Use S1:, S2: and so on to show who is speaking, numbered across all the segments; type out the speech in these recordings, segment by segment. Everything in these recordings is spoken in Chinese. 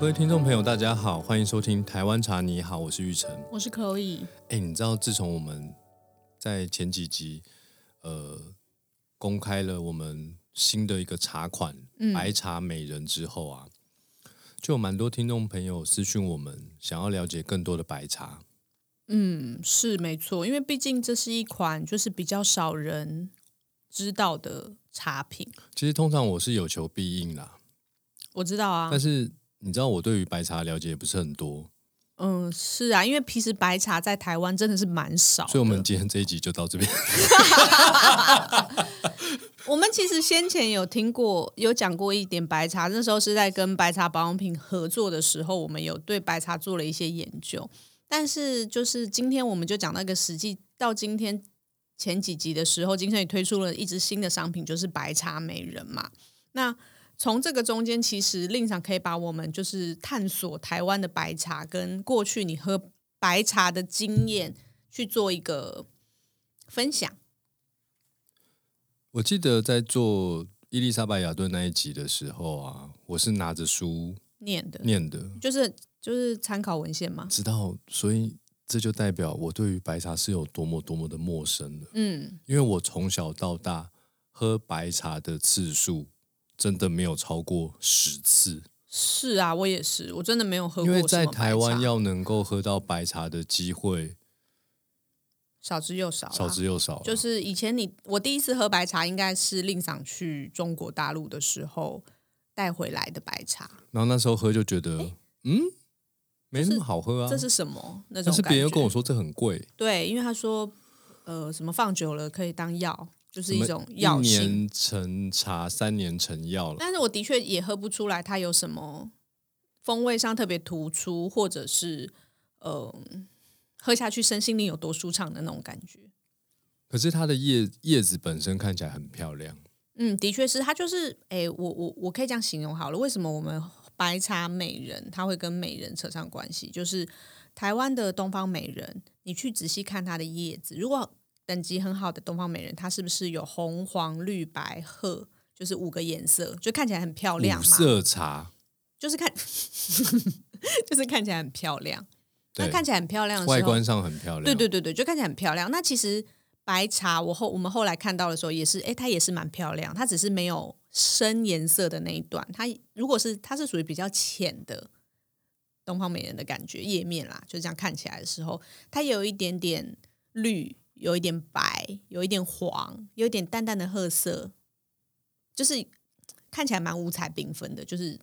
S1: 各位听众朋友，大家好，欢迎收听《台湾茶》，你好，我是玉成。
S2: 我是 Chloe，
S1: 哎，你知道自从我们在前几集呃公开了我们新的一个茶款、
S2: 嗯
S1: 白茶美人之后啊，就有蛮多听众朋友私讯我们，想要了解更多的白茶。
S2: 嗯，是没错，因为毕竟这是一款就是比较少人知道的茶品，
S1: 其实通常我是有求必应啦，
S2: 我知道啊
S1: 但，是你知道我对于白茶了解也不是很多，
S2: 嗯，是啊，因为平时白茶在台湾真的是蛮少的，
S1: 所以我们今天这一集就到这边。
S2: 我们其实先前有听过有讲过一点白茶，那时候是在跟白茶保养品合作的时候，我们有对白茶做了一些研究，但是就是今天我们就讲那个实际到今天前几集的时候，金盛也推出了一支新的商品，就是白茶美人嘛，那。从这个中间，其实令场可以把我们就是探索台湾的白茶跟过去你喝白茶的经验去做一个分享。
S1: 我记得在做伊丽莎白雅顿那一集的时候啊，我是拿着书
S2: 念的，
S1: 念的，
S2: 就是就是参考文献嘛。
S1: 知道，所以这就代表我对于白茶是有多么多么的陌生的，
S2: 嗯，
S1: 因为我从小到大喝白茶的次数真的没有超过十次，
S2: 是啊，我也是，我真的没有喝
S1: 因
S2: 过
S1: 为
S2: 什么白茶。
S1: 在台湾要能够喝到白茶的机会
S2: 少之又少啦，
S1: 少之又少了，啊
S2: 就是以前你我第一次喝白茶，应该是令赏去中国大陆的时候带回来的白茶，
S1: 然后那时候喝就觉得，嗯，没那么好喝啊，
S2: 这是什么那
S1: 但
S2: 种感
S1: 是
S2: 觉？
S1: 别人又跟我说这很贵，
S2: 对，因为他说呃什么放久了可以当药，就是一
S1: 什
S2: 种
S1: 么
S2: 药
S1: 一
S2: 性。
S1: 年成茶，三年成药了。
S2: 但是我的确也喝不出来它有什么风味上特别突出，或者是呃喝下去身心灵有多舒畅的那种感觉。
S1: 可是它的叶叶子本身看起来很漂亮，
S2: 嗯，的确是，它就是，哎、我我我可以这样形容好了。为什么我们白茶美人，它会跟美人扯上关系？就是台湾的东方美人，你去仔细看它的叶子，如果等级很好的东方美人，它是不是有红、黄、绿、白、褐，就是五个颜色，就看起来很漂亮啊
S1: 五
S2: 嘛？
S1: 色茶，
S2: 就是看， 就是看起来很漂亮。那
S1: 对
S2: 看起来很漂亮的时候，
S1: 外观上很漂亮。
S2: 对对对对，就看起来很漂亮。那其实白茶，我后我们后来看到的时候，也是，哎，它也是蛮漂亮，它只是没有深颜色的那一段。它如果是它是属于比较浅的东方美人的感觉页面啦，就这样看起来的时候，它也有一点点绿，有一点白，有一点黄，有一点淡淡的褐色，就是看起来蛮五彩缤纷的，就是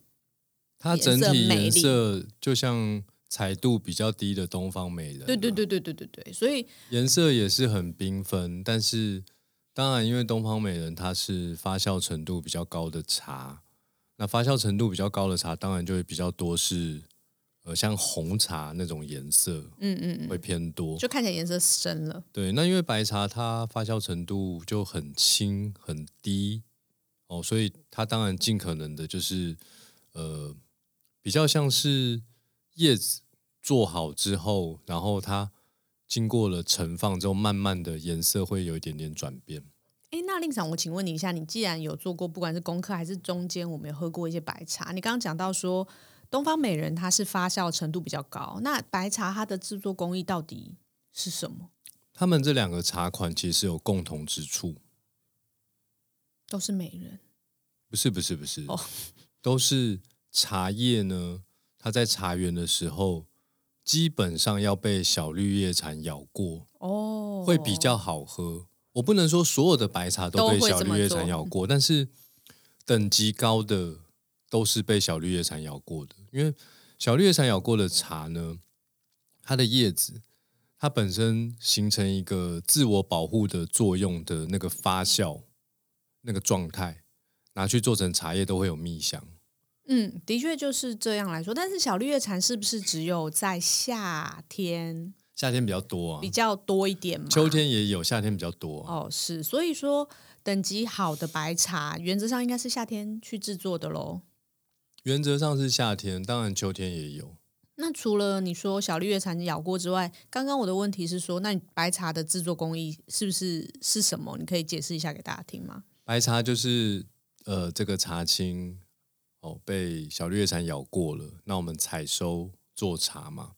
S1: 它整体颜
S2: 颜色
S1: 色就像彩度比较低的嗯东方美人、啊
S2: 对对，对对对对对，所以
S1: 颜色也是很缤纷，但是当然，因为东方美人它是发酵程度比较高的茶，那发酵程度比较高的茶，当然就会比较多是呃像红茶那种颜色
S2: 嗯嗯嗯，
S1: 会偏多。
S2: 就看起来颜色深了。
S1: 对，那因为白茶它发酵程度就很轻很低哦，所以它当然尽可能的就是呃，比较像是叶子做好之后，然后它经过了盛放之后，慢慢的颜色会有一点点转变。
S2: 哎，那令长，我请问你一下，你既然有做过，不管是功课还是中间，我们有喝过一些白茶，你刚刚讲到说东方美人它是发酵程度比较高，那白茶它的制作工艺到底是什么？
S1: 他们这两个茶款其实有共同之处，
S2: 都是美人，
S1: 不是不是不是，
S2: 哦
S1: 都是茶叶呢，它在茶园的时候基本上要被小绿叶蝉咬过。
S2: 哦，
S1: 会比较好喝。我不能说所有的白茶都被小绿叶蝉咬 过，但是等级高的都是被小绿叶蝉咬过的，因为小绿叶蝉咬过的茶呢，它的叶子它本身形成一个自我保护的作用的那个发酵那个状态，拿去做成茶叶都会有蜜香。
S2: 嗯，的确就是这样来说。但是小绿叶蝉是不是只有在夏天
S1: 夏天比较多啊
S2: 比，较多一点嘛？
S1: 秋天也有，夏天比较多、啊。
S2: 哦，是，所以说等级好的白茶，原则上应该是夏天去制作的喽。
S1: 原则上是夏天，当然秋天也有。
S2: 那除了你说小绿叶蝉咬过之外，刚刚我的问题是说，那你白茶的制作工艺是不是是什么？你可以解释一下给大家听吗？
S1: 白茶就是呃这个茶青，哦被小绿叶蝉咬过了，那我们采收做茶嘛。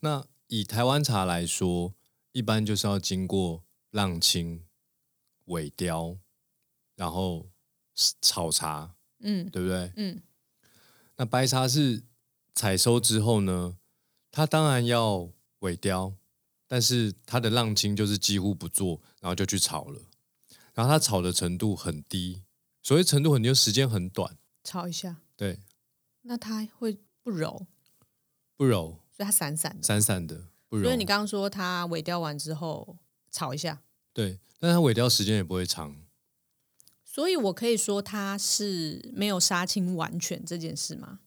S1: 那以台湾茶来说，一般就是要经过浪青、尾雕，然后炒茶，
S2: 嗯
S1: 对不对？
S2: 嗯，
S1: 那白茶是采收之后呢，它当然要尾雕，但是它的浪青就是几乎不做，然后就去炒了。然后它炒的程度很低，所谓程度很低，就时间很短，
S2: 炒一下，
S1: 对，
S2: 那它会不柔，
S1: 不揉，
S2: 所以它散散的。
S1: 散散的，不揉。
S2: 所以你刚刚说它尾雕完之后炒一下，
S1: 对，但它尾雕时间也不会长，
S2: 所以我可以说它是没有杀青完全这件事吗？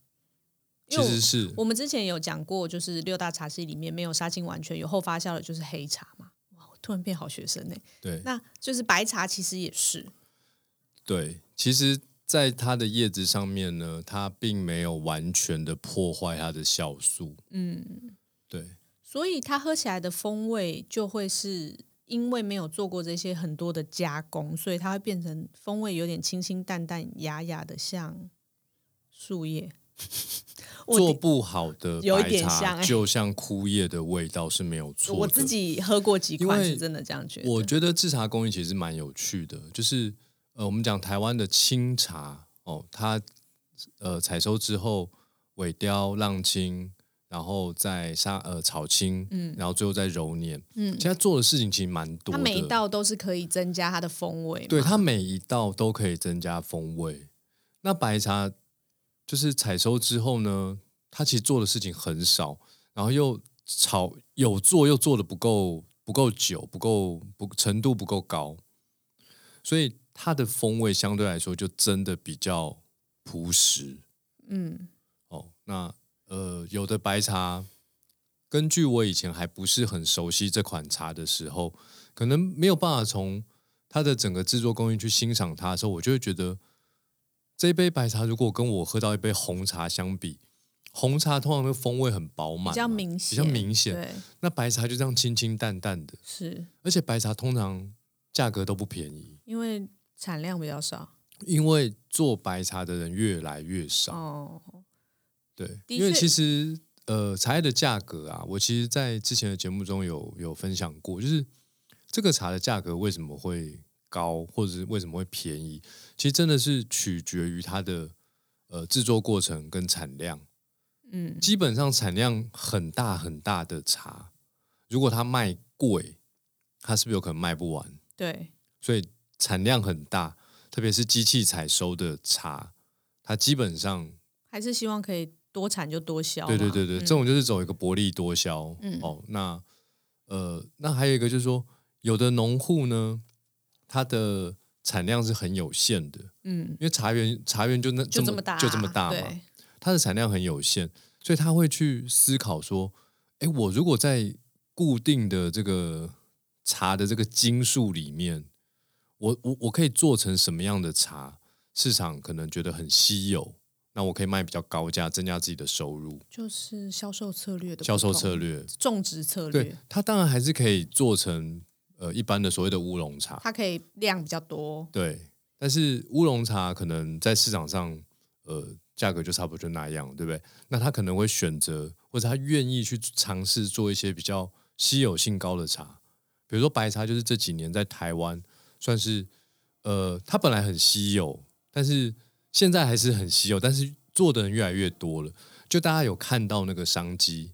S2: 因
S1: 其
S2: 为
S1: 实是
S2: 我们之前有讲过，就是六大茶系里面没有杀青完全，有后发酵的就是黑茶嘛。哇，我突然变好学生呢、
S1: 对
S2: 那就是白茶其实也是，
S1: 对。其实，在它的叶子上面呢，它并没有完全的破坏它的酵素，
S2: 嗯，
S1: 对
S2: 所以它喝起来的风味就会是因为没有做过这些很多的加工，所以它会变成风味有点清清淡淡、雅雅的，像树 叶。我
S1: 做不好的
S2: 有一
S1: 白
S2: 点
S1: 茶
S2: 像欸
S1: 就像枯叶的味道是没有错的。
S2: 我自己喝过几
S1: 因
S2: 款
S1: 为
S2: 是真的这样觉得。
S1: 我觉得制茶工艺其实蛮有趣的，就是呃，我们讲台湾的清茶哦，它呃采收之后尾雕、浪青，然后再杀呃炒青，嗯，然后最后再揉捻，嗯，其实它做的事情其实蛮多
S2: 它
S1: 的，
S2: 每一道都是可以增加它的风味嘛。
S1: 对它每一道都可以增加风味。那白茶就是采收之后呢，它其实做的事情很少，然后又炒有做又做的不够不够久，不够不程度不够高，所以它的风味相对来说就真的比较朴实
S2: 嗯，
S1: 哦。那呃，有的白茶，根据我以前还不是很熟悉这款茶的时候，可能没有办法从它的整个制作工艺去欣赏它的时候，我就会觉得这一杯白茶如果跟我喝到一杯红茶相比，红茶通常的风味很饱满嘛，
S2: 比较明显，
S1: 比较明显。
S2: 对，
S1: 那白茶就这样清清淡淡的，
S2: 是
S1: 而且白茶通常价格都不便宜，
S2: 因为产量比较少
S1: 因为做白茶的人越来越少。
S2: 哦。
S1: 对，
S2: 的
S1: 因为
S2: 确
S1: 其实呃，茶叶的价格啊，我其实在之前的节目中有有分享过，就是这个茶的价格为什么会高，或者是为什么会便宜，其实真的是取决于它的呃制作过程跟产量。
S2: 嗯，
S1: 基本上产量很大很大的茶，如果它卖贵，它是不是有可能卖不完？
S2: 对，
S1: 所以产量很大，特别是机器采收的茶，它基本上
S2: 还是希望可以多产就多销嘛。
S1: 对对对对，
S2: 嗯
S1: 这种就是走一个薄利多销。
S2: 嗯
S1: 哦，那呃，那还有一个就是说，有的农户呢，它的产量是很有限的，
S2: 嗯，
S1: 因为茶园茶园就那这
S2: 就这
S1: 么
S2: 么大，
S1: 就这么大嘛
S2: 对，，
S1: 它的产量很有限，所以他会去思考说，哎，我如果在固定的这个茶的这个斤数里面，我我我可以做成什么样的茶？市场可能觉得很稀有，那我可以卖比较高价，增加自己的收入。
S2: 就是销售策略的不
S1: 销售策
S2: 同、
S1: 略，
S2: 种植策
S1: 对
S2: 略，
S1: 它当然还是可以做成呃一般的所谓的乌龙茶，
S2: 它可以量比较多。
S1: 对。但是乌龙茶可能在市场上呃价格就差不多就那样，对不对？那他可能会选择或者他愿意去尝试做一些比较稀有性高的茶，比如说白茶，就是这几年在台湾算是呃它本来很稀有，但是现在还是很稀有，但是做的人越来越多了，就大家有看到那个商机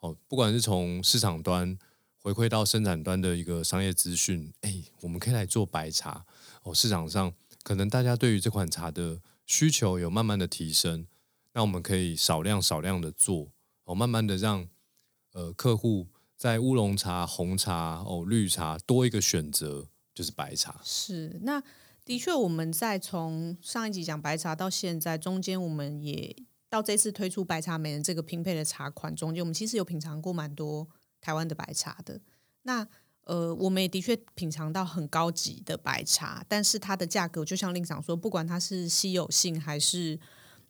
S1: 哦，不管是从市场端回馈到生产端的一个商业资讯，哎，我们可以来做白茶哦，市场上可能大家对于这款茶的需求有慢慢的提升，那我们可以少量少量的做哦，慢慢的让呃客户。在乌龙茶、红茶、哦绿茶多一个选择，就是白茶。
S2: 是，那的确，我们在从上一集讲白茶到现在，中间我们也到这次推出白茶美人这个拼配的茶款中间，我们其实有品尝过蛮多台湾的白茶的。那呃，我们也的确品尝到很高级的白茶，但是它的价格就像令长说，不管它是稀有性还是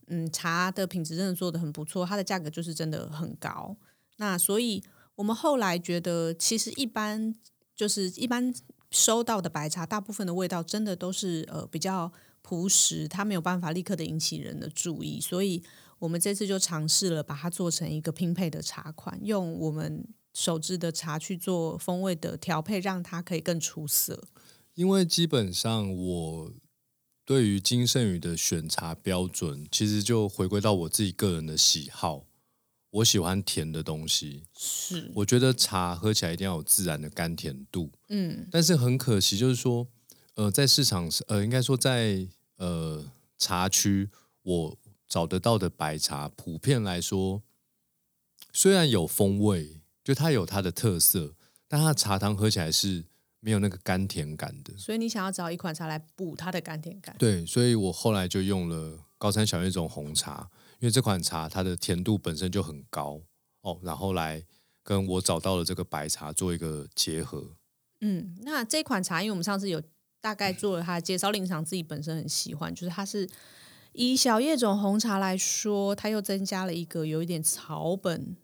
S2: 嗯茶的品质，真的做的很不错，它的价格就是真的很高。那所以我们后来觉得，其实一般就是一般收到的白茶，大部分的味道真的都是呃比较朴实，它没有办法立刻的引起人的注意，所以我们这次就尝试了把它做成一个拼配的茶款，用我们手制的茶去做风味的调配，让它可以更出色。
S1: 因为基本上我对于金圣宇的选茶标准，其实就回归到我自己个人的喜好。我喜欢甜的东西，
S2: 是
S1: 我觉得茶喝起来一定要有自然的甘甜度。
S2: 嗯，
S1: 但是很可惜，就是说，呃，在市场上，呃，应该说在呃茶区，我找得到的白茶，普遍来说，虽然有风味，就它有它的特色，但它的茶汤喝起来是没有那个甘甜感的。
S2: 所以你想要找一款茶来补它的甘甜感？
S1: 对，所以我后来就用了高山小叶种红茶。因为这款茶它的甜度本身就很高哦，然后来跟我找到了这个白茶做一个结合。
S2: 嗯，那这款茶，因为我们上次有大概做了它的介绍，令长自己本身很喜欢，就是它是以小叶种红茶来说，它又增加了一个有一点草本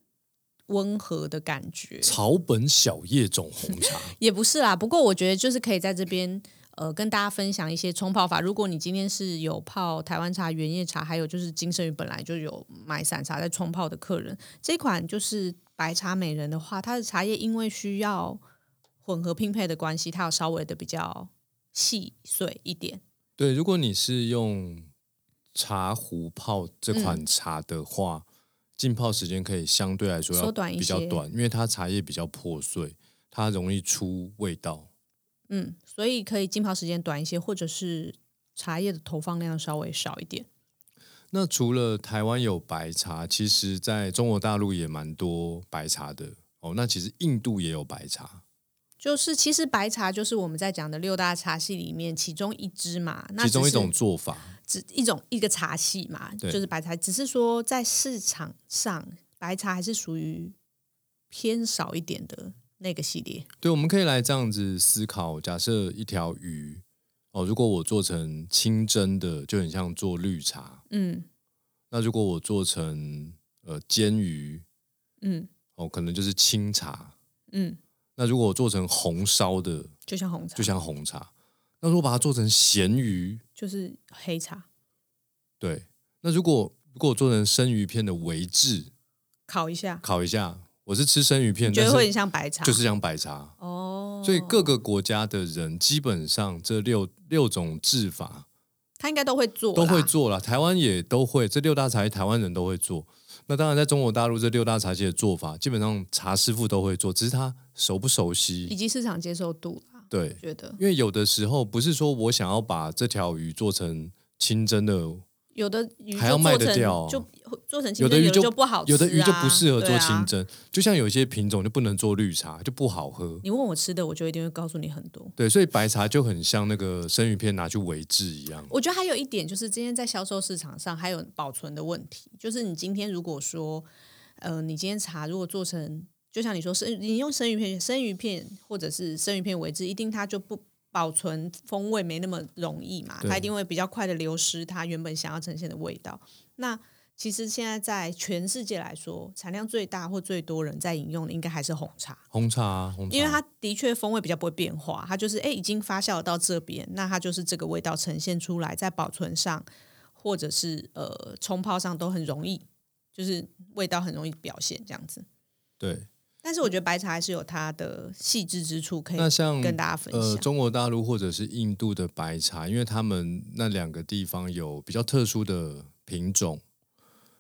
S2: 温和的感觉。
S1: 草本小叶种红茶
S2: 也不是啦，不过我觉得就是可以在这边。呃，跟大家分享一些冲泡法。如果你今天是有泡台湾茶、原叶茶，还有就是金圣宇本来就有买散茶在冲泡的客人，这款就是白茶美人的话，它的茶叶因为需要混合拼配的关系，它要稍微的比较细碎一点。
S1: 对，如果你是用茶壶泡这
S2: 嗯
S1: 款茶的话，浸、嗯、泡时间可以相对来说要
S2: 短一些，
S1: 比较短，因为它茶叶比较破碎，它容易出味道。
S2: 嗯，所以可以浸泡时间短一些，或者是茶叶的投放量稍微少一点。
S1: 那除了台湾有白茶，其实在中国大陆也蛮多白茶的哦。那其实印度也有白茶，
S2: 就是其实白茶就是我们在讲的六大茶系里面其中一支嘛，那
S1: 其中一种做法，
S2: 只一种一个茶系嘛，就是白茶。只是说在市场上，白茶还是属于偏少一点的。那个系列，
S1: 对，我们可以来这样子思考：假设一条鱼哦，如果我做成清蒸的，就很像做绿茶，
S2: 嗯。
S1: 那如果我做成呃煎鱼，
S2: 嗯，
S1: 哦，可能就是清茶，
S2: 嗯。
S1: 那如果我做成红烧的，
S2: 就像红茶，
S1: 就像红茶。那如果把它做成咸鱼，
S2: 就是黑茶。
S1: 对。那如果如果我做成生鱼片的维制，
S2: 烤一下，
S1: 烤一下。我是吃生鱼片，
S2: 觉得会很像白茶，
S1: 就是像白茶
S2: 哦。
S1: 所以各个国家的人基本上这六六种制法，
S2: 他应该都会做，
S1: 都会做了。台湾也都会，这六大茶台湾人都会做。那当然，在中国大陆这六大茶系的做法，基本上茶师傅都会做，只是他熟不熟悉，
S2: 以及市场接受度啦。
S1: 对，
S2: 觉得
S1: 因为有的时候不是说我想要把这条鱼做成清蒸的。
S2: 有的鱼
S1: 还要卖得掉，哦
S2: 就做成
S1: 有的鱼
S2: 就不好
S1: 啊，
S2: 吃、
S1: 有的鱼就不适合做清蒸。啊、就像有些品种就不能做绿茶，就不好喝。
S2: 你问我吃的，我就一定会告诉你很多。
S1: 对，所以白茶就很像那个生鱼片拿去维制一样。
S2: 嗯我觉得还有一点就是，今天在销售市场上还有保存的问题，就是你今天如果说，呃，你今天茶如果做成，就像你说生，你用生鱼片、生鱼片或者是生鱼片维制，一定它就不。保存风味没那么容易嘛，它一定会比较快的流失它原本想要呈现的味道。那其实现在在全世界来说，产量最大或最多人在饮用的应该还是红茶。
S1: 红茶、啊，红茶，
S2: 因为它的确风味比较不会变化，它就是哎已经发酵到这边，那它就是这个味道呈现出来，在保存上或者是呃冲泡上都很容易，就是味道很容易表现这样子。
S1: 对。
S2: 但是我觉得白茶还是有它的细致之处，可以
S1: 那像
S2: 跟大家分享。
S1: 呃，中国大陆或者是印度的白茶，因为他们那两个地方有比较特殊的品种，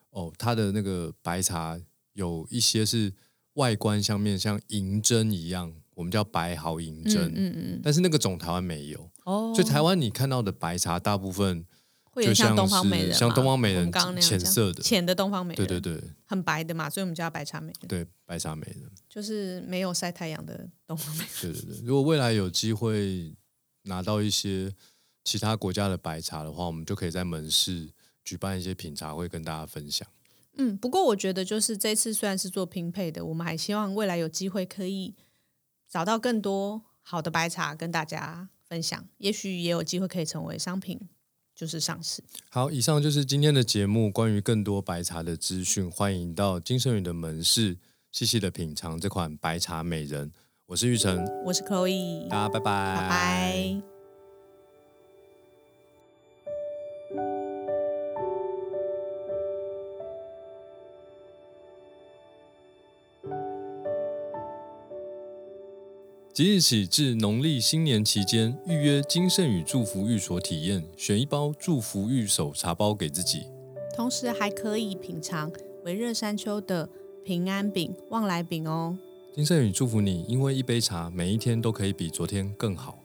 S1: 哦，它的那个白茶有一些是外观上面像银针一样，我们叫白毫银针，
S2: 嗯嗯嗯，
S1: 但是那个种台湾没有，
S2: 哦，
S1: 所以台湾你看到的白茶大部分。
S2: 会有像东方美人，
S1: 像东方美人
S2: 浅
S1: 色的
S2: 浅的东方美人，
S1: 对对对，
S2: 很白的嘛，所以我们叫白茶美人。
S1: 对，白茶美人
S2: 就是没有晒太阳的东方美
S1: 对
S2: 人。
S1: 对对，如果未来有机会拿到一些其他国家的白茶的话，我们就可以在门市举办一些品茶会，跟大家分享。
S2: 嗯，不过我觉得就是这次虽然是做拼配的，我们还希望未来有机会可以找到更多好的白茶跟大家分享，也许也有机会可以成为商品。就是上市。
S1: 好，以上就是今天的节目。关于更多白茶的资讯，欢迎到金盛宇的门市细细的品尝这款白茶美人。我是玉成，
S2: 我是 Chloe，
S1: 大家拜拜，
S2: 拜拜。
S1: 即日起至农历新年期间，预约金盛宇祝福寓所体验，选一包祝福御手茶包给自己。
S2: 同时还可以品尝维热山丘的平安饼、旺来饼哦。
S1: 金盛宇祝福你，因为一杯茶，每一天都可以比昨天更好。